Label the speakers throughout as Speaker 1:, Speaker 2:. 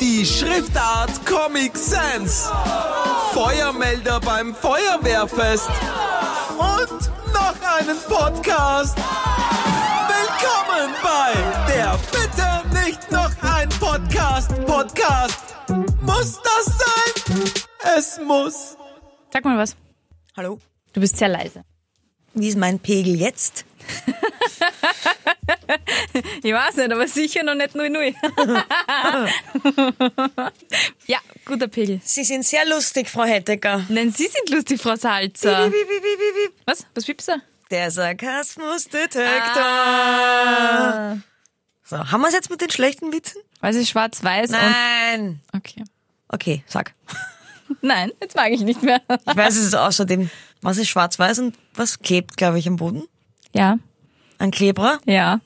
Speaker 1: Die Schriftart Comic Sans. Feuermelder beim Feuerwehrfest. Und noch einen Podcast. Willkommen bei der Bitte nicht noch ein Podcast. Podcast. Muss das sein? Es muss.
Speaker 2: Sag mal was.
Speaker 3: Hallo?
Speaker 2: Du bist sehr leise.
Speaker 3: Wie ist mein Pegel jetzt?
Speaker 2: Ich weiß nicht, aber sicher noch nicht 0-0. ja, guter Pegel.
Speaker 3: Sie sind sehr lustig, Frau Hettecker.
Speaker 2: Nein, Sie sind lustig, Frau Salzer. Was? Was piepst du?
Speaker 3: Der Sarkasmusdetektor.
Speaker 2: Ah.
Speaker 3: So, haben wir es jetzt mit den schlechten Witzen?
Speaker 2: Weiß ich schwarz-weiß und.
Speaker 3: Nein.
Speaker 2: Okay.
Speaker 3: Okay, sag.
Speaker 2: Nein, jetzt mag ich nicht mehr.
Speaker 3: Ich weiß es außerdem. Was ist schwarz-weiß und was klebt, glaube ich, am Boden?
Speaker 2: Ja,
Speaker 3: Ein Klebrer?
Speaker 2: ja.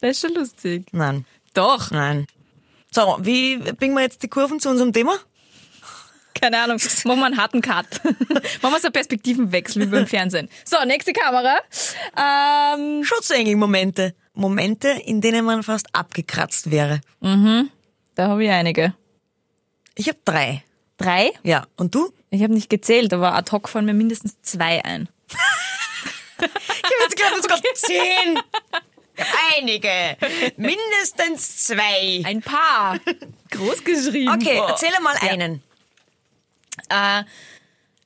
Speaker 2: Das ist schon lustig.
Speaker 3: Nein.
Speaker 2: Doch.
Speaker 3: Nein. So, wie bringen wir jetzt die Kurven zu unserem Thema?
Speaker 2: Keine Ahnung. Machen wir einen harten Cut. Machen wir so einen Perspektivenwechsel wie beim Fernsehen. So, nächste Kamera. Ähm,
Speaker 3: Schutzengel-Momente. Momente, in denen man fast abgekratzt wäre.
Speaker 2: da habe ich einige.
Speaker 3: Ich habe drei.
Speaker 2: Drei?
Speaker 3: Ja, und du?
Speaker 2: Ich habe nicht gezählt, aber ad hoc fallen mir mindestens zwei ein.
Speaker 3: Ich habe jetzt gerade sogar zehn. Einige. Mindestens zwei.
Speaker 2: Ein paar. Groß geschrieben.
Speaker 3: Okay,
Speaker 2: Boah.
Speaker 3: erzähle mal einen.
Speaker 2: Äh,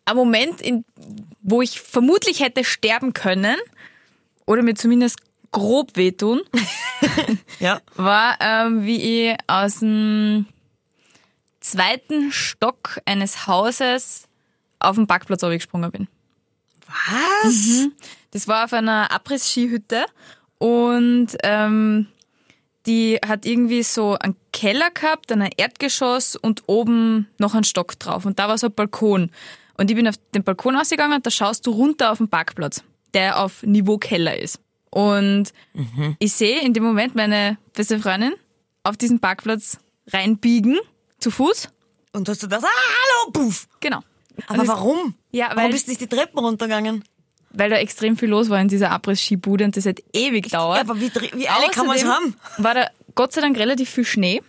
Speaker 2: ein Moment, in, wo ich vermutlich hätte sterben können oder mir zumindest grob wehtun,
Speaker 3: Ja.
Speaker 2: war, ähm, wie ich aus dem zweiten Stock eines Hauses auf den Parkplatz gesprungen bin.
Speaker 3: Was?
Speaker 2: Das war auf einer Abriss-Skihütte und ähm, die hat irgendwie so einen Keller gehabt, dann ein Erdgeschoss und oben noch einen Stock drauf. Und da war so ein Balkon. Und ich bin auf den Balkon rausgegangen und da schaust du runter auf den Parkplatz, der auf Niveau Keller ist. Und ich sehe in dem Moment meine beste Freundin auf diesen Parkplatz reinbiegen, zu Fuß.
Speaker 3: Und hast du das? Ah, hallo, puff.
Speaker 2: Genau.
Speaker 3: Aber
Speaker 2: Und das-
Speaker 3: warum?
Speaker 2: Ja,
Speaker 3: warum
Speaker 2: weil-
Speaker 3: bist du nicht die Treppen runtergegangen?
Speaker 2: Weil da extrem viel los war in dieser Abriss-Skibude und das hat ewig gedauert.
Speaker 3: Ja, aber wie, dr- wie alle kann man es
Speaker 2: Außerdem
Speaker 3: haben?
Speaker 2: War da Gott sei Dank relativ viel Schnee.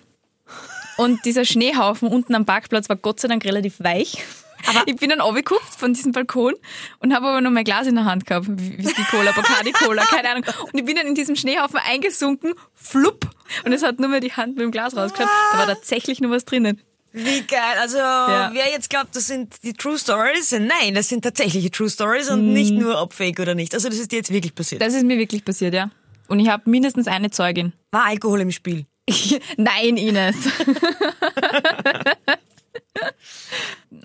Speaker 2: Und dieser Schneehaufen unten am Parkplatz war Gott sei Dank relativ weich. Aber ich bin dann runtergeguckt von diesem Balkon und habe aber noch mein Glas in der Hand gehabt. Whisky Cola, Bacardi Cola, keine Ahnung. Und ich bin dann in diesem Schneehaufen eingesunken, flupp. Und es hat nur mehr die Hand mit dem Glas rausgeschaut. Da war tatsächlich nur was drinnen.
Speaker 3: Wie geil. Also, wer jetzt glaubt, das sind die True Stories, nein, das sind tatsächliche True Stories und nicht nur ob fake oder nicht. Also, Mhm. das ist dir jetzt wirklich passiert.
Speaker 2: Das ist mir wirklich passiert, ja. Und ich habe mindestens eine Zeugin.
Speaker 3: War Alkohol im Spiel.
Speaker 2: Nein, Ines.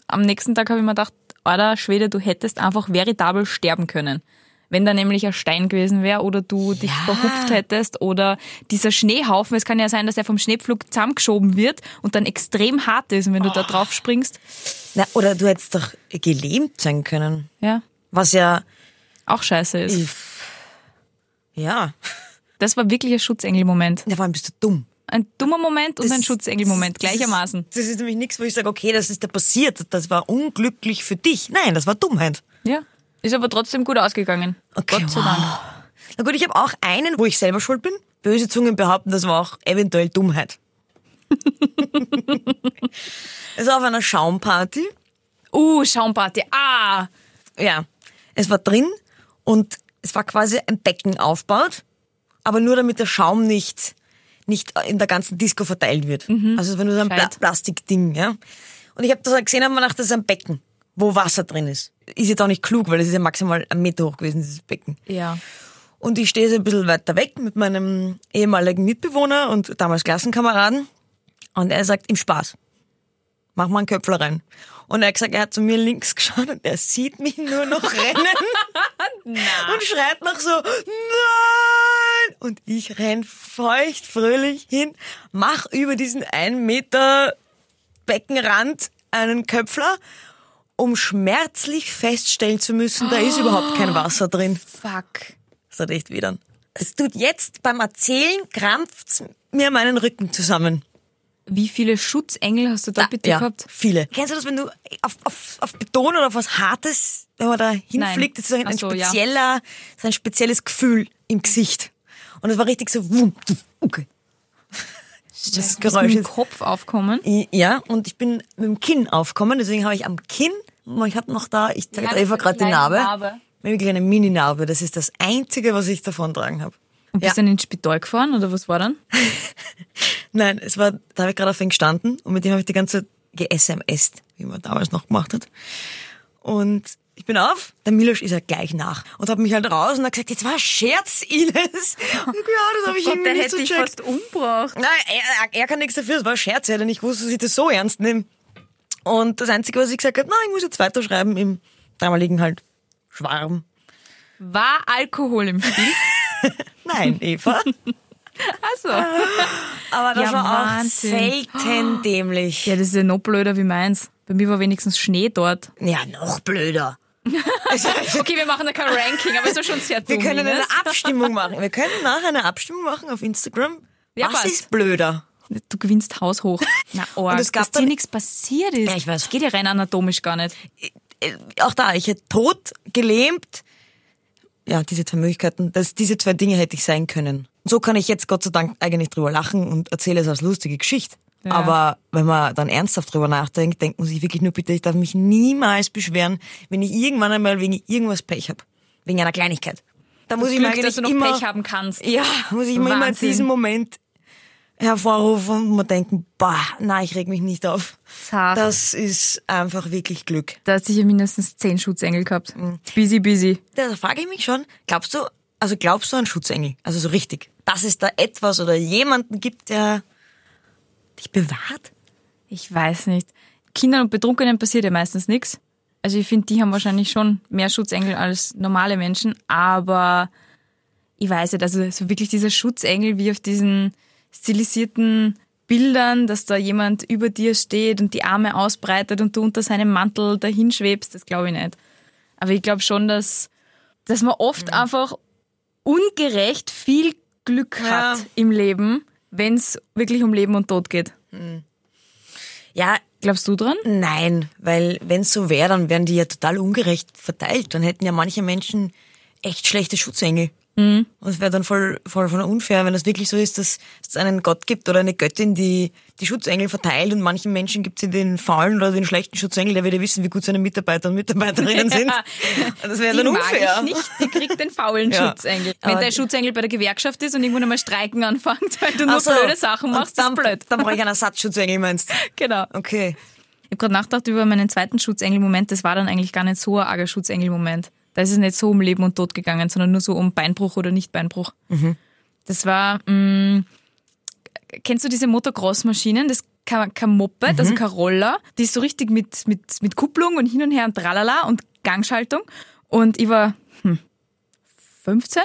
Speaker 2: Am nächsten Tag habe ich mir gedacht, Alter Schwede, du hättest einfach veritabel sterben können. Wenn da nämlich ein Stein gewesen wäre oder du dich verhupft hättest oder dieser Schneehaufen, es kann ja sein, dass der vom Schneepflug zusammengeschoben wird und dann extrem hart ist und wenn du
Speaker 3: Oh.
Speaker 2: da drauf springst.
Speaker 3: Na, oder du hättest doch gelähmt sein können.
Speaker 2: Ja,
Speaker 3: Was ja,
Speaker 2: auch scheiße ist.
Speaker 3: ja.
Speaker 2: Das war wirklich ein Schutzengelmoment.
Speaker 3: Ja, vor allem bist du dumm.
Speaker 2: Ein dummer Moment und ein Schutzengelmoment
Speaker 3: das ist-
Speaker 2: gleichermaßen.
Speaker 3: Das ist nämlich nichts, wo ich sage, okay, das ist da passiert, das war unglücklich für dich. Nein, das war Dummheit.
Speaker 2: Ja. Ist aber trotzdem gut ausgegangen.
Speaker 3: Okay,
Speaker 2: Gott sei Dank.
Speaker 3: Na gut, ich habe auch einen, wo ich selber schuld bin. Böse Zungen behaupten, das war auch eventuell Dummheit. es war Also auf einer Schaumparty.
Speaker 2: Uh, Schaumparty. Ah,
Speaker 3: Ja, es war drin und es war quasi ein Becken aufgebaut, aber nur damit der Schaum nicht, nicht in der ganzen Disco verteilt wird. Also wenn du so ein Pla
Speaker 2: Gescheit.
Speaker 3: Plastikding, ja. Und ich habe das gesehen, habe mir gedacht, das ist ein Becken, wo Wasser drin ist. Ist jetzt auch nicht klug, weil es ist ja maximal ein Meter hoch gewesen, dieses Becken.
Speaker 2: Ja.
Speaker 3: Und ich stehe so ein bisschen weiter weg mit meinem ehemaligen Mitbewohner und damals Klassenkameraden. Und er sagt, im Spaß, mach mal einen Köpfler rein. Und er hat gesagt, er hat zu mir links geschaut und er sieht mich nur noch rennen und schreit noch so, nein! Und ich renn feucht, fröhlich hin, mach über diesen 1 Meter Beckenrand einen Köpfler, um schmerzlich feststellen zu müssen, da ist überhaupt kein Wasser drin.
Speaker 2: Fuck.
Speaker 3: Das hat echt wieder. Es tut jetzt beim Erzählen krampft mir meinen Rücken zusammen.
Speaker 2: Wie viele Schutzengel hast du da bitte
Speaker 3: Ah, ja,
Speaker 2: gehabt?
Speaker 3: viele. Kennst du das, wenn du auf, auf, auf Beton oder auf was Hartes, wenn man da hinfliegt, das ist so ein,
Speaker 2: Ach
Speaker 3: ein
Speaker 2: so, ja.
Speaker 3: spezieller, so ein spezielles Gefühl im Gesicht. Und es war richtig so, wum, wum, okay. das
Speaker 2: Ist mit
Speaker 3: Geräusch
Speaker 2: dem
Speaker 3: ist.
Speaker 2: Kopf aufkommen.
Speaker 3: I- Ja, und ich bin mit dem Kinn aufgekommen, deswegen habe ich am Kinn, ich habe noch da, ich zeige
Speaker 2: Ja,
Speaker 3: der Eva
Speaker 2: diese
Speaker 3: gerade die
Speaker 2: kleine
Speaker 3: Narbe.
Speaker 2: Narbe.
Speaker 3: Wirklich eine Mini-Narbe, das ist das Einzige, was ich davon tragen habe.
Speaker 2: Und bist
Speaker 3: Ja.
Speaker 2: dann ins Spital gefahren oder was war dann?
Speaker 3: Nein, es war, da habe ich gerade auf ihn gestanden und mit dem habe ich die ganze Zeit ge-SMSt, wie man damals noch gemacht hat. Und ich bin auf, der Milosch ist ja gleich nach und hat mich halt raus und hat gesagt, jetzt war ein Scherz, Ines. Und ja, das
Speaker 2: Oh
Speaker 3: habe ich irgendwie nicht so gecheckt.
Speaker 2: umgebracht.
Speaker 3: Nein, er, er kann nichts dafür, es war ein Scherz, er hätte nicht gewusst, dass ich das so ernst nehme. Und das Einzige, was ich gesagt habe, nein, ich muss jetzt weiterschreiben im damaligen halt Schwarm.
Speaker 2: War Alkohol im Spiel?
Speaker 3: Nein, Eva.
Speaker 2: Also.
Speaker 3: Ah. Aber das
Speaker 2: Ja,
Speaker 3: war auch
Speaker 2: Wahnsinn.
Speaker 3: selten dämlich.
Speaker 2: Ja, das ist ja noch blöder wie meins. Bei mir war wenigstens Schnee dort.
Speaker 3: Ja, noch blöder. Also,
Speaker 2: Okay, wir machen da kein Ranking, aber es war schon sehr dumm.
Speaker 3: wir können eine
Speaker 2: Ines.
Speaker 3: Abstimmung machen. Wir können nachher eine Abstimmung machen auf Instagram.
Speaker 2: Ja,
Speaker 3: was
Speaker 2: passt.
Speaker 3: ist blöder?
Speaker 2: Du gewinnst haushoch. Na, oh,
Speaker 3: Und
Speaker 2: dass
Speaker 3: es gab
Speaker 2: dir
Speaker 3: dann-
Speaker 2: nichts passiert ist.
Speaker 3: Ja, ich weiß.
Speaker 2: Das geht ja rein anatomisch gar nicht.
Speaker 3: Äh, Auch da, ich hätte tot, gelähmt. Ja, diese zwei Möglichkeiten, das, diese zwei Dinge hätte ich sein können. So kann ich jetzt Gott sei Dank eigentlich drüber lachen und erzähle es als lustige Geschichte.
Speaker 2: Ja.
Speaker 3: Aber wenn man dann ernsthaft drüber nachdenkt, denkt man sich wirklich nur bitte, ich darf mich niemals beschweren, wenn ich irgendwann einmal wegen irgendwas Pech habe. Wegen einer Kleinigkeit. Da muss Also ich mir
Speaker 2: Glück,
Speaker 3: eigentlich
Speaker 2: dass du noch
Speaker 3: immer
Speaker 2: Pech haben kannst.
Speaker 3: Ja, muss ich mir immer
Speaker 2: Wahnsinn.
Speaker 3: diesen Moment hervorrufen und mir denken, bah, nein, ich reg mich nicht auf.
Speaker 2: Zart.
Speaker 3: Das ist einfach wirklich Glück.
Speaker 2: Da hast du ja mindestens zehn Schutzengel gehabt.
Speaker 3: Mhm.
Speaker 2: Busy, busy.
Speaker 3: Da frage ich mich schon, glaubst du, also glaubst du an Schutzengel? Also so richtig, dass es da etwas oder jemanden gibt, der dich bewahrt?
Speaker 2: Ich weiß nicht. Kindern und Betrunkenen passiert ja meistens nichts. Also ich finde, die haben wahrscheinlich schon mehr Schutzengel als normale Menschen, aber ich weiß nicht, also so wirklich dieser Schutzengel wie auf diesen stilisierten Bildern, dass da jemand über dir steht und die Arme ausbreitet und du unter seinem Mantel dahin schwebst, das glaube ich nicht. Aber ich glaube schon, dass, dass man oft einfach ungerecht viel Glück
Speaker 3: Ja.
Speaker 2: hat im Leben, wenn es wirklich um Leben und Tod geht.
Speaker 3: Ja,
Speaker 2: Glaubst du dran?
Speaker 3: nein, weil wenn es so wäre, dann wären die ja total ungerecht verteilt. Dann hätten ja manche Menschen echt schlechte Schutzengel.
Speaker 2: Mhm.
Speaker 3: Und es wäre dann voll, voll, voll unfair, wenn es wirklich so ist, dass es einen Gott gibt oder eine Göttin, die die Schutzengel verteilt und manchen Menschen gibt sie den faulen oder den schlechten Schutzengel, der wieder wissen, wie gut seine Mitarbeiter und Mitarbeiterinnen sind. Und das wäre
Speaker 2: Die
Speaker 3: dann
Speaker 2: mag
Speaker 3: unfair.
Speaker 2: ich nicht, die kriegt den faulen
Speaker 3: Ja.
Speaker 2: Schutzengel. Wenn
Speaker 3: Aber
Speaker 2: der
Speaker 3: die-
Speaker 2: Schutzengel bei der Gewerkschaft ist und irgendwann einmal Streiken anfängt, weil du nur
Speaker 3: Ach so.
Speaker 2: blöde Sachen
Speaker 3: Also, Und
Speaker 2: machst,
Speaker 3: dann,
Speaker 2: ist blöd.
Speaker 3: Dann brauche ich einen Ersatzschutzengel, meinst du?
Speaker 2: Genau.
Speaker 3: Okay.
Speaker 2: Ich habe gerade nachgedacht über meinen zweiten Schutzengel-Moment. Das war dann eigentlich gar nicht so ein arger Schutzengel-Moment. Da ist es nicht so um Leben und Tod gegangen, sondern nur so um Beinbruch oder Nicht-Beinbruch. Das war, mh, kennst du diese Motocross-Maschinen? Das ist kein, kein Moped, also kein Roller. Die ist so richtig mit, mit, mit Kupplung und hin und her und tralala und Gangschaltung. Und ich war hm, 15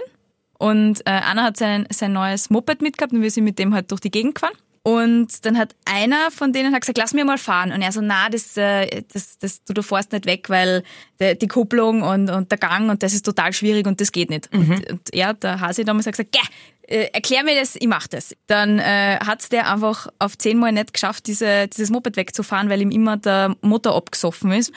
Speaker 2: und äh, Anna hat sein, sein neues Moped mitgehabt und wir sind mit dem halt durch die Gegend gefahren. Und dann hat einer von denen hat gesagt, lass mir mal fahren. Und er so, na, das, äh, das, das, du, du fährst nicht weg, weil der, die Kupplung und, und der Gang und das ist total schwierig und das geht nicht. Und, und er, der Hasi damals, hat gesagt, geh, äh, erklär mir das, ich mach das. Dann äh, hat's der einfach auf zehnmal nicht geschafft, diese, dieses Moped wegzufahren, weil ihm immer der Motor abgesoffen ist.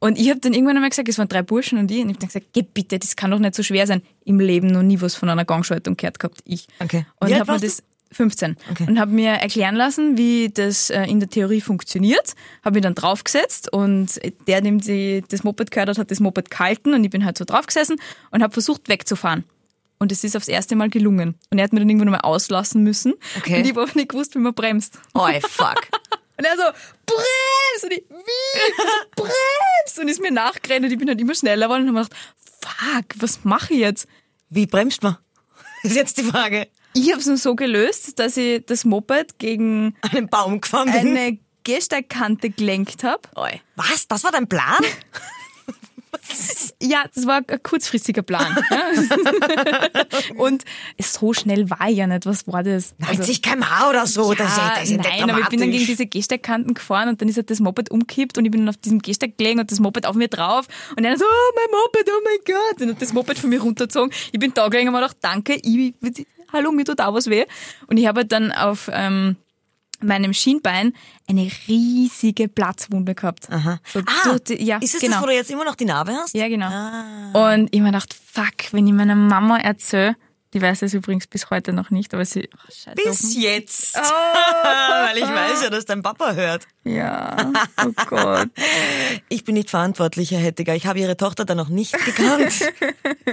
Speaker 2: Und ich habe dann irgendwann einmal gesagt, es waren drei Burschen und ich, und ich habe dann gesagt, geh bitte, das kann doch nicht so schwer sein. Im Leben noch nie was von einer Gangschaltung gehört gehabt, ich.
Speaker 3: Okay.
Speaker 2: Und
Speaker 3: Wie alt
Speaker 2: habe mir
Speaker 3: warst du?
Speaker 2: das 15
Speaker 3: Okay.
Speaker 2: und habe mir erklären lassen, wie das äh, in der Theorie funktioniert. Habe mich dann draufgesetzt und der, dem die, das Moped gehört hat, hat das Moped gehalten und ich bin halt so draufgesessen und habe versucht wegzufahren. Und es ist aufs erste Mal gelungen. Und er hat mir dann irgendwann mal auslassen müssen.
Speaker 3: Okay.
Speaker 2: Und ich habe aber nicht gewusst, wie man bremst.
Speaker 3: Oi, fuck.
Speaker 2: Und er so, bremst! Und ich, wie? Und so, bremst! Und ist mir nachgerannt und ich bin halt immer schneller geworden und habe gedacht, fuck, was mache ich jetzt?
Speaker 3: Wie bremst man? Das ist jetzt die Frage.
Speaker 2: Ich habe es nur so gelöst, dass ich das Moped gegen
Speaker 3: An den Baum gefahren bin.
Speaker 2: eine Gehsteigkante gelenkt habe.
Speaker 3: Oi. Was? Das war dein Plan?
Speaker 2: Ja, das war ein kurzfristiger Plan. ja. und so schnell war ich ja nicht. Was war das?
Speaker 3: 90 km/h oder so? das ist, ja- das ist ja
Speaker 2: Also Ah, nein, aber ich bin dann gegen
Speaker 3: dramatisch.
Speaker 2: diese Gehsteigkanten gefahren und dann ist halt das Moped umkippt und ich bin dann auf diesem Gehsteig gelegen und das Moped auf mir drauf und dann so, oh mein Moped, oh mein Gott. Und hat das Moped von mir runtergezogen. Ich bin da gelegen und hab mir gedacht, danke, ich, hallo, mir tut auch was weh. Und ich habe halt dann auf ähm, meinem Schienbein eine riesige Platzwunde gehabt. Aha. So,
Speaker 3: Ah,
Speaker 2: durch die- ja,
Speaker 3: ist es
Speaker 2: genau.
Speaker 3: das, wo du Ah. jetzt immer noch die Narbe hast?
Speaker 2: Ja, genau. Und ich mir gedacht, fuck, wenn ich meiner Mama erzähle, Die weiß es übrigens bis heute noch nicht, aber sie. Oh, scheiße.
Speaker 3: Bis jetzt.
Speaker 2: Ah.
Speaker 3: Weil ich weiß ja, dass dein Papa hört.
Speaker 2: Ja. Oh Gott.
Speaker 3: Ich bin nicht verantwortlich, Herr Hettiger. Ich habe Ihre Tochter dann noch nicht gekannt.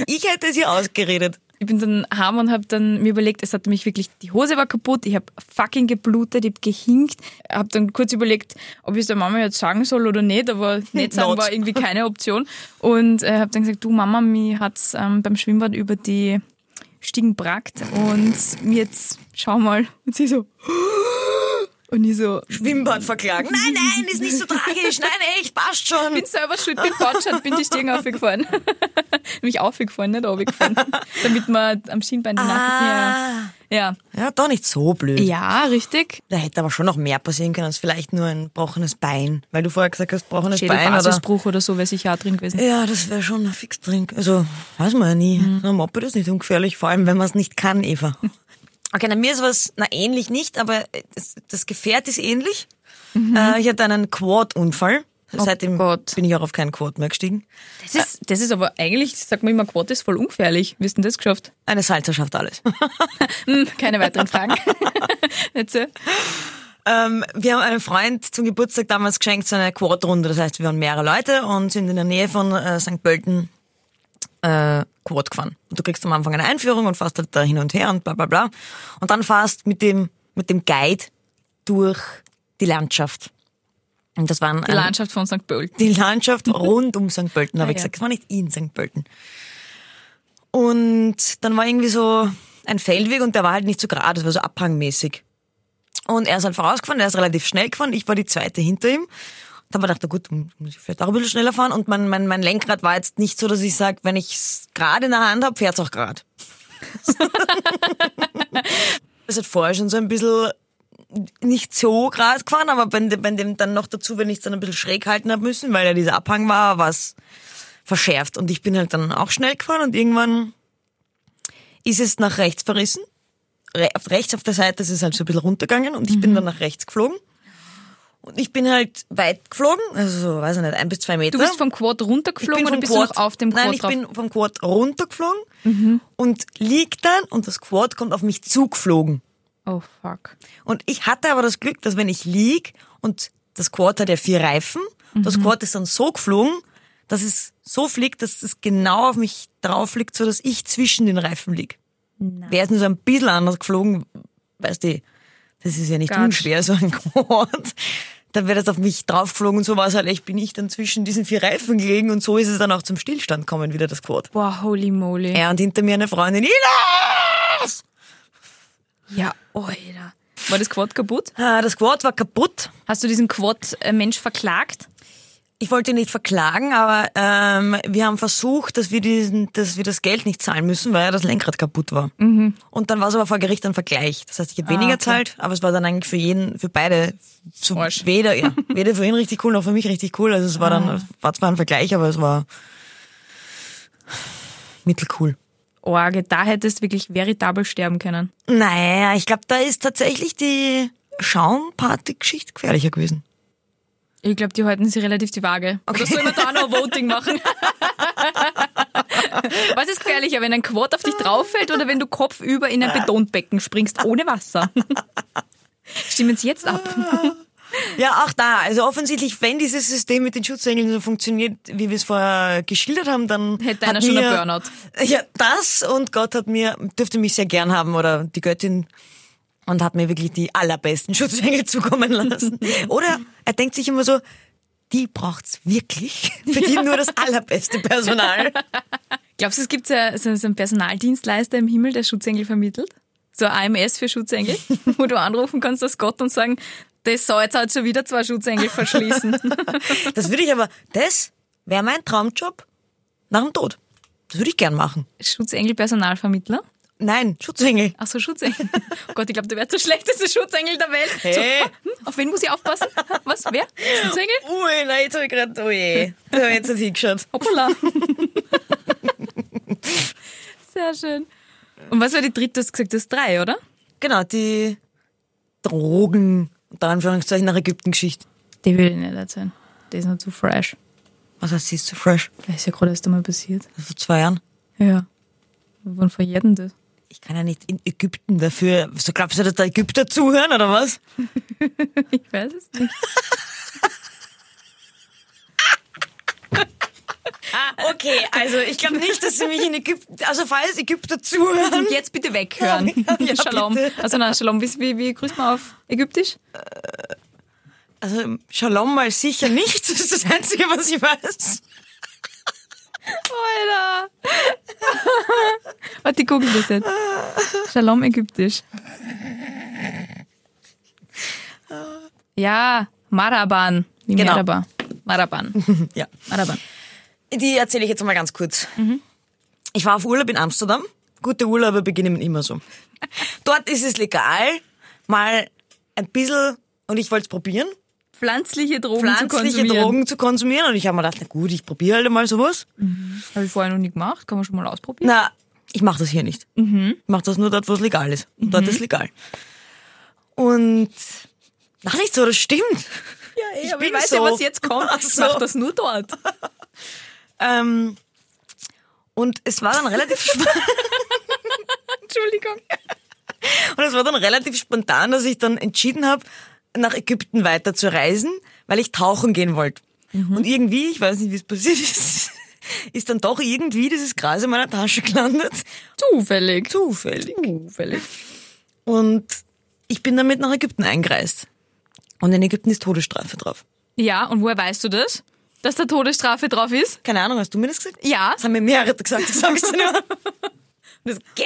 Speaker 3: ich hätte es ihr ausgeredet.
Speaker 2: Ich bin dann heim und habe dann mir überlegt, es hat mich wirklich, die Hose war kaputt, ich habe fucking geblutet, ich habe gehinkt, habe dann kurz überlegt, ob ich es der Mama jetzt sagen soll oder nicht, aber nicht sagen
Speaker 3: Not.
Speaker 2: war irgendwie keine Option. Und äh, habe dann gesagt, du Mama, mir hat's ähm, beim Schwimmbad über die Stiegen bragt und jetzt schau mal. Und sie so, und ich so,
Speaker 3: Schwimmbad verklagen. Nein, nein, ist nicht so tragisch. Nein, echt, passt schon.
Speaker 2: bin selber schuld, bin Bordschat, bin die Stiegen aufgefahren. Mich aufgefahren, nicht aufgefahren. Damit man am Schienbein die Nachrichten...
Speaker 3: Ah.
Speaker 2: Ja.
Speaker 3: Ja, doch nicht so blöd.
Speaker 2: Ja, richtig.
Speaker 3: Da hätte aber schon noch mehr passieren können als vielleicht nur ein gebrochenes Bein. Weil du vorher gesagt hast, gebrochenes Bein. Oder?
Speaker 2: Schädelbasisbruch oder so wäre sicher auch drin gewesen.
Speaker 3: Ja, das wäre schon ein fix drin. Also, weiß man ja nie. Ein Moped ist nicht ungefährlich, vor allem wenn man es nicht kann, Eva. Okay, na, mir ist was, na ähnlich nicht, aber äh, das, das Gefährt ist ähnlich. Äh, ich hatte einen Quad-Unfall. Seitdem
Speaker 2: Gott.
Speaker 3: bin ich auch auf keinen Quad mehr gestiegen.
Speaker 2: Das
Speaker 3: äh.
Speaker 2: ist, das ist aber eigentlich, sagt man immer, Quad ist voll ungefährlich. Wie ist denn das geschafft?
Speaker 3: Eine Salzer schafft alles.
Speaker 2: Hm, keine weiteren Fragen. Nicht so?
Speaker 3: Ähm, wir haben einem Freund zum Geburtstag damals geschenkt, so eine Quad-Runde. Das heißt, wir waren mehrere Leute und sind in der Nähe von äh, St. Pölten äh, Quad gefahren. Und du kriegst am Anfang eine Einführung und fährst halt da hin und her und bla bla bla. Und dann fährst mit dem, mit dem Guide durch die Landschaft. Und das waren
Speaker 2: Die Landschaft von St. Pölten.
Speaker 3: die Landschaft rund um St. Pölten, habe
Speaker 2: Ah,
Speaker 3: ich
Speaker 2: ja.
Speaker 3: gesagt. Das war nicht in St. Pölten. Und dann war irgendwie so ein Feldweg und der war halt nicht so gerade, das war so abhangmäßig. Und er ist halt vorausgefahren, er ist relativ schnell gefahren, ich war die zweite hinter ihm. Da habe ich gedacht, na gut, dann muss ich vielleicht auch ein bisschen schneller fahren. Und mein, mein, mein Lenkrad war jetzt nicht so, dass ich sage, wenn ich es gerade in der Hand habe, fährt's auch gerade. Es hat vorher schon so ein bisschen nicht so krass gefahren, aber bei, dem- bei dem dann noch dazu, wenn ich es dann ein bisschen schräg halten habe müssen, weil ja dieser Abhang war, war es verschärft. Und ich bin halt dann auch schnell gefahren und irgendwann ist es nach rechts verrissen. Re auf- rechts auf der Seite ist es halt so ein bisschen runtergegangen und ich
Speaker 2: Mhm.
Speaker 3: bin dann nach rechts geflogen. Und ich bin halt weit geflogen, also so, weiß ich nicht, ein bis zwei Meter.
Speaker 2: Du bist vom Quad runtergeflogen oder
Speaker 3: vom
Speaker 2: bist du noch auf dem Quad
Speaker 3: Nein, ich
Speaker 2: drauf? Mhm.
Speaker 3: bin vom Quad runtergeflogen und lieg dann und das Quad kommt auf mich zugeflogen.
Speaker 2: oh fuck.
Speaker 3: Und ich hatte aber das Glück, dass wenn ich lieg und das Quad hat ja vier Reifen, das Quad ist dann so geflogen, dass es so fliegt, dass es genau auf mich drauf liegt, so dass ich zwischen den Reifen lieg. Wäre es nur so ein bisschen anders geflogen, weißt du, das ist ja nicht
Speaker 2: Gatsch.
Speaker 3: unschwer, so ein Quad. Dann wäre das auf mich draufgeflogen und so war es halt echt, bin ich dann zwischen diesen vier Reifen gelegen und so ist es dann auch zum Stillstand kommen, wieder das Quad.
Speaker 2: Boah, holy moly.
Speaker 3: Ja, und hinter mir eine Freundin, Ines!
Speaker 2: Ja, Alter. War das Quad kaputt?
Speaker 3: Ah, Das Quad war kaputt.
Speaker 2: Hast du diesen Quad-Mensch verklagt?
Speaker 3: ich wollte ihn nicht verklagen, aber ähm, wir haben versucht, dass wir, diesen, dass wir das Geld nicht zahlen müssen, weil ja das Lenkrad kaputt war. Und dann war es aber vor Gericht ein Vergleich. Das heißt, ich habe weniger gezahlt, aber es war dann eigentlich für jeden, für beide, so
Speaker 2: Arsch.
Speaker 3: weder, ja, weder für ihn richtig cool noch für mich richtig cool. Also es war dann, es war zwar ein Vergleich, aber es war mittelcool.
Speaker 2: Orge, da hättest du wirklich veritabel sterben können.
Speaker 3: Naja, ich glaube, da ist tatsächlich die Schaumparty-Geschichte gefährlicher gewesen.
Speaker 2: Ich glaube, die halten sich relativ die Waage. Oder soll man da noch Voting machen? Was ist gefährlicher, wenn ein Quad auf dich drauffällt oder wenn du kopfüber in ein Betonbecken springst ohne Wasser? Stimmen Sie jetzt ab?
Speaker 3: Ja, auch da. Also offensichtlich, wenn dieses System mit den Schutzengeln so funktioniert, wie wir es vorher geschildert haben, dann
Speaker 2: Hätte
Speaker 3: hat
Speaker 2: einer schon
Speaker 3: mir,
Speaker 2: einen Burnout.
Speaker 3: Ja, das und Gott hat mir dürfte mich sehr gern haben oder die Göttin und hat mir wirklich die allerbesten Schutzengel zukommen lassen. oder er denkt sich immer so, die braucht's wirklich. Für die nur das allerbeste Personal.
Speaker 2: Glaubst du, es gibt so so- so einen Personaldienstleister im Himmel, der Schutzengel vermittelt? So ein AMS für Schutzengel, wo du anrufen kannst als Gott und sagen, das soll jetzt halt schon wieder zwei Schutzengel verschließen.
Speaker 3: Das würde ich aber, das wäre mein Traumjob nach dem Tod. Das würde ich gern machen.
Speaker 2: Schutzengel Personalvermittler?
Speaker 3: Nein, Schutzengel.
Speaker 2: Ach so, Schutzengel. Oh Gott, ich glaube, der wäre der schlechteste Schutzengel der Welt.
Speaker 3: Hä?
Speaker 2: So, hm, auf wen muss ich aufpassen? Was? Wer? Schutzengel?
Speaker 3: Ui, na jetzt habe ich gerade, oh je, da habe ich jetzt nicht hingeschaut.
Speaker 2: Hoppala. Sehr schön. Und was war die dritte? Du hast gesagt, das ist drei, oder?
Speaker 3: Genau, die Drogen, unter Anführungszeichen, nach Ägypten-Geschichte.
Speaker 2: Die will ich nicht erzählen. Die ist noch zu fresh.
Speaker 3: Was heißt, sie ist so fresh? Also
Speaker 2: Das ist ja gerade erst einmal passiert.
Speaker 3: Das ist vor zwei Jahren.
Speaker 2: Ja. Wann verjährt denn das?
Speaker 3: ich kann ja nicht in Ägypten dafür. So glaubst du, dass da Ägypter zuhören oder was?
Speaker 2: Ich weiß es nicht.
Speaker 3: Okay, also ich glaube nicht, dass sie mich in Ägypten, also falls Ägypter zuhören.
Speaker 2: Und jetzt bitte weghören.
Speaker 3: Ja, ja,
Speaker 2: Shalom.
Speaker 3: bitte.
Speaker 2: Also na, Shalom, wie, wie, wie grüßt man auf Ägyptisch?
Speaker 3: Also Shalom mal sicher nicht, das ist das Einzige, was ich weiß.
Speaker 2: Alter. Warte, ich google das jetzt. Shalom Ägyptisch. Ja, Maraban. Wie
Speaker 3: Genau.
Speaker 2: Merhaba. Maraban.
Speaker 3: Ja.
Speaker 2: Maraban.
Speaker 3: Die erzähle ich jetzt mal ganz kurz.
Speaker 2: Mhm.
Speaker 3: Ich war auf Urlaub in Amsterdam. Gute Urlaube beginnen immer so. Dort ist es legal, mal ein bisschen, und ich wollte es probieren, um
Speaker 2: Pflanzliche Drogen zu
Speaker 3: pflanzliche
Speaker 2: konsumieren.
Speaker 3: Drogen zu konsumieren. Und ich habe mir gedacht, na gut, ich probiere halt mal sowas.
Speaker 2: Habe ich vorher noch nie gemacht. Kann man schon mal ausprobieren.
Speaker 3: Na, ich mache das hier nicht.
Speaker 2: Mhm.
Speaker 3: Ich mache das nur dort, wo es legal ist. Und dort ist legal. Und na nicht so, das stimmt.
Speaker 2: Ja,
Speaker 3: ich
Speaker 2: aber
Speaker 3: bin
Speaker 2: weiß
Speaker 3: so.
Speaker 2: ja, was jetzt kommt.
Speaker 3: Ach
Speaker 2: Ich
Speaker 3: so.
Speaker 2: mach das nur dort.
Speaker 3: Ähm, und es war dann relativ spannend.
Speaker 2: Entschuldigung.
Speaker 3: Und es war dann relativ spontan, dass ich dann entschieden habe, nach Ägypten weiter zu reisen, weil ich tauchen gehen wollte. Und irgendwie, ich weiß nicht, wie es passiert ist, ist dann doch irgendwie dieses Gras in meiner Tasche gelandet.
Speaker 2: Zufällig.
Speaker 3: Zufällig.
Speaker 2: Zufällig.
Speaker 3: Und ich bin damit nach Ägypten eingereist. Und in Ägypten ist Todesstrafe drauf.
Speaker 2: Ja, und woher weißt du das? Dass da Todesstrafe drauf ist?
Speaker 3: Keine Ahnung, hast du mir das gesagt?
Speaker 2: Ja.
Speaker 3: Das haben mir mehrere gesagt, das sag ich dir nicht.
Speaker 2: Gäh,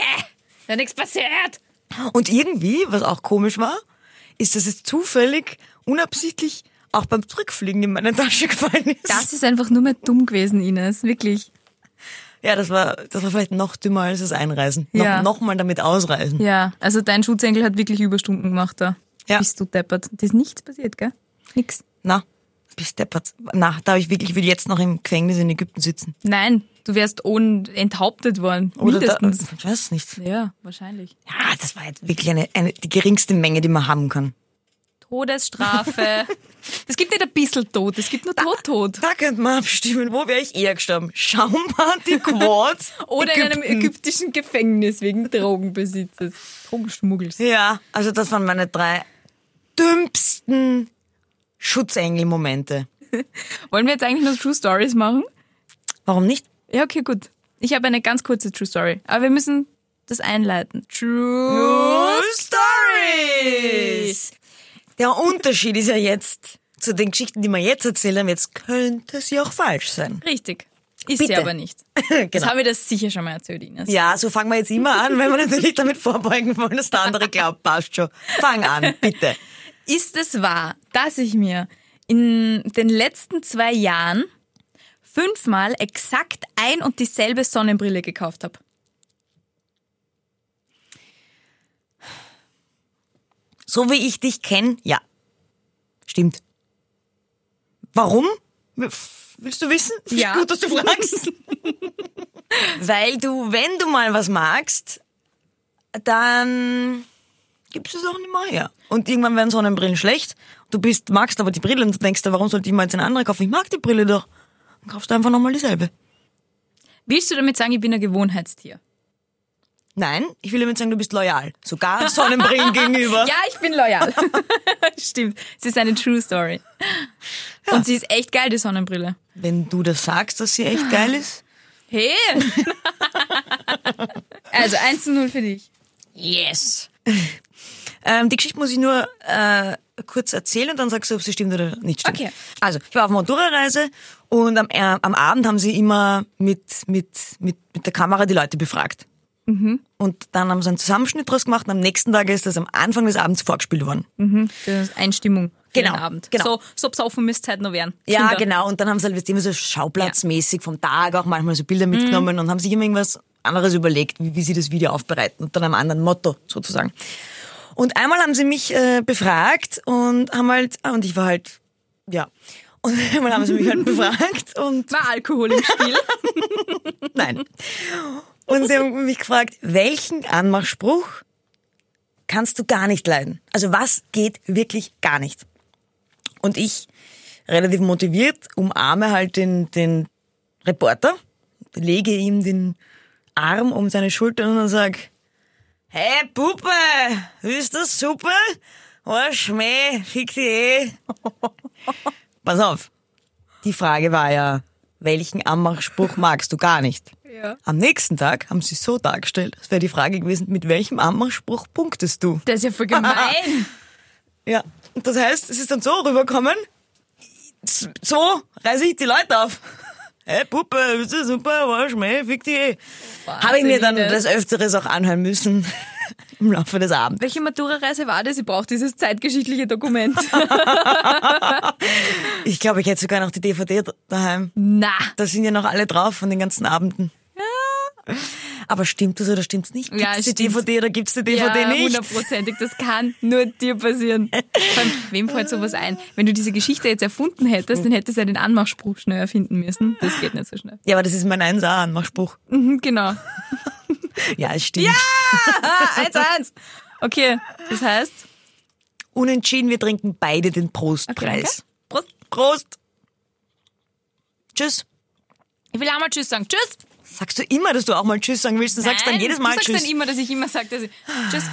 Speaker 2: da nichts passiert.
Speaker 3: Und irgendwie, was auch komisch war, ist, dass es zufällig, unabsichtlich auch beim Zurückfliegen in meine Tasche gefallen ist.
Speaker 2: Das ist einfach nur mehr dumm gewesen, Ines. Wirklich.
Speaker 3: Ja, das war, das war vielleicht noch dümmer als das Einreisen.
Speaker 2: Ja.
Speaker 3: Noch, noch mal damit ausreisen.
Speaker 2: Ja, also dein Schutzengel hat wirklich Überstunden gemacht da.
Speaker 3: Ja.
Speaker 2: Bist du deppert. Das ist nichts passiert, gell? Nix.
Speaker 3: Na, bist deppert. Na, da hab ich wirklich, ich will jetzt noch im Gefängnis in Ägypten sitzen.
Speaker 2: Nein, du wärst ohne enthauptet worden.
Speaker 3: da,
Speaker 2: mindestens.
Speaker 3: ich weiß nicht.
Speaker 2: ja, wahrscheinlich.
Speaker 3: Ja, das war jetzt wirklich eine, eine, die geringste Menge, die man haben kann.
Speaker 2: Todesstrafe. Es gibt nicht ein bisschen Tod, es gibt nur Tod, Tod.
Speaker 3: Da könnte man abstimmen, wo wäre ich eher gestorben? Schaumparty, Quad
Speaker 2: Oder in einem
Speaker 3: Ägypten.
Speaker 2: ägyptischen Gefängnis wegen Drogenbesitzes. Drogenschmuggels.
Speaker 3: Ja, also das waren meine drei dümmsten Schutzengel-Momente.
Speaker 2: Wollen wir jetzt eigentlich noch True Stories machen?
Speaker 3: Warum nicht?
Speaker 2: Ja, okay, gut. Ich habe eine ganz kurze True Story. Aber wir müssen das einleiten. True Stories.
Speaker 3: Der Unterschied ist ja jetzt zu den Geschichten, die wir jetzt erzählt haben, jetzt könnte sie auch falsch sein.
Speaker 2: Richtig. Ist sie
Speaker 3: Bitte.
Speaker 2: aber nicht. Das
Speaker 3: genau.
Speaker 2: haben wir das sicher schon mal erzählt, Ines.
Speaker 3: Ja, so fangen wir jetzt immer an, weil wir natürlich damit vorbeugen wollen, dass der andere glaubt, passt schon. Fang an, bitte.
Speaker 2: Ist es wahr, dass ich mir in den letzten zwei Jahren fünfmal exakt ein und dieselbe Sonnenbrille gekauft habe?
Speaker 3: So wie ich dich kenne, ja. Stimmt. Warum? Willst du wissen?
Speaker 2: Ja.
Speaker 3: Gut, dass du fragst. weil du, wenn du mal was magst, dann gibst du es auch nicht mehr her. Und irgendwann werden Sonnenbrillen schlecht. Du bist, magst aber die Brille und du denkst dir, warum sollte ich mal jetzt eine andere kaufen? Ich mag die Brille doch. Dann kaufst du einfach nochmal dieselbe.
Speaker 2: Willst du damit sagen, ich bin ein Gewohnheitstier?
Speaker 3: Nein, ich will damit sagen, du bist loyal. Sogar Sonnenbrillen gegenüber.
Speaker 2: Ja, ich bin loyal. Stimmt. Es ist eine True Story. Und sie ist echt geil, die Sonnenbrille.
Speaker 3: Wenn du das sagst, dass sie echt geil ist.
Speaker 2: Hey! also 1 zu 0 für dich.
Speaker 3: Yes. Ähm, die Geschichte muss ich nur äh, kurz erzählen und dann sagst du, ob sie stimmt oder nicht stimmt.
Speaker 2: Okay.
Speaker 3: Also, ich war auf Motorradreise und am, äh, am Abend haben sie immer mit, mit, mit, mit der Kamera die Leute befragt. Und dann haben sie einen Zusammenschnitt draus gemacht und am nächsten Tag ist das am Anfang des Abends vorgespielt worden.
Speaker 2: Das ist Einstimmung für
Speaker 3: Genau,
Speaker 2: den Abend.
Speaker 3: genau.
Speaker 2: So, so besoffen müsst ihr halt noch werden.
Speaker 3: Ja,
Speaker 2: Kinder.
Speaker 3: genau. Und dann haben sie halt immer so schauplatzmäßig vom Tag auch manchmal so Bilder mitgenommen und haben sich immer irgendwas anderes überlegt, wie, wie sie das Video aufbereiten und dann einem anderen Motto sozusagen. Und einmal haben sie mich äh, befragt und haben halt, ah, und ich war halt, ja. Und einmal haben sie mich halt befragt und
Speaker 2: War Alkohol im Spiel.
Speaker 3: nein. Und sie haben mich gefragt, welchen Anmachspruch kannst du gar nicht leiden? Also was geht wirklich gar nicht? Und ich, relativ motiviert, umarme halt den, den Reporter, lege ihm den Arm um seine Schultern und sage, Hey Puppe, ist das super? Oh Schmäh, schick die eh. Pass auf. Die Frage war ja, welchen Anmachspruch magst du gar nicht?
Speaker 2: Ja.
Speaker 3: Am nächsten Tag haben sie so dargestellt, es wäre die Frage gewesen, mit welchem Anmachspruch punktest du?
Speaker 2: Das ist ja voll gemein.
Speaker 3: Ja. Und das heißt, es ist dann so rüberkommen, so reiße ich die Leute auf. Hey Puppe, bist du super, war Schmäh, fick die eh. Habe ich mir dann
Speaker 2: Wahnsinnig.
Speaker 3: des Öfteres auch anhören müssen im Laufe des Abends.
Speaker 2: Welche Matura-Reise war das? Ich brauche dieses zeitgeschichtliche Dokument.
Speaker 3: Ich glaube, ich hätte sogar noch die DVD daheim.
Speaker 2: Na,
Speaker 3: Da sind ja noch alle drauf von den ganzen Abenden. Aber stimmt das oder stimmt's nicht? Gibt's
Speaker 2: Ja,
Speaker 3: die
Speaker 2: stimmt.
Speaker 3: DVD oder gibt's die DVD
Speaker 2: ja,
Speaker 3: nicht?
Speaker 2: hundertprozentig. Das kann nur dir passieren. Von wem fällt sowas ein? Wenn du diese Geschichte jetzt erfunden hättest, dann hättest du ja den Anmachspruch schnell erfinden müssen. Das geht nicht so schnell.
Speaker 3: Ja, aber das ist mein 1 a anmachspruch
Speaker 2: Mhm, Genau.
Speaker 3: Ja, es stimmt.
Speaker 2: Ah, eins, eins. Okay, das heißt,
Speaker 3: Unentschieden, wir trinken beide den
Speaker 2: okay, danke.
Speaker 3: Prostpreis.
Speaker 2: Prost.
Speaker 3: Prost. Tschüss.
Speaker 2: Ich will auch mal Tschüss sagen. Tschüss.
Speaker 3: Sagst du immer, dass du auch mal Tschüss sagen willst und sagst dann
Speaker 2: Nein,
Speaker 3: jedes Mal
Speaker 2: du sagst
Speaker 3: Tschüss.
Speaker 2: dann immer, dass ich immer sage, dass ich Tschüss.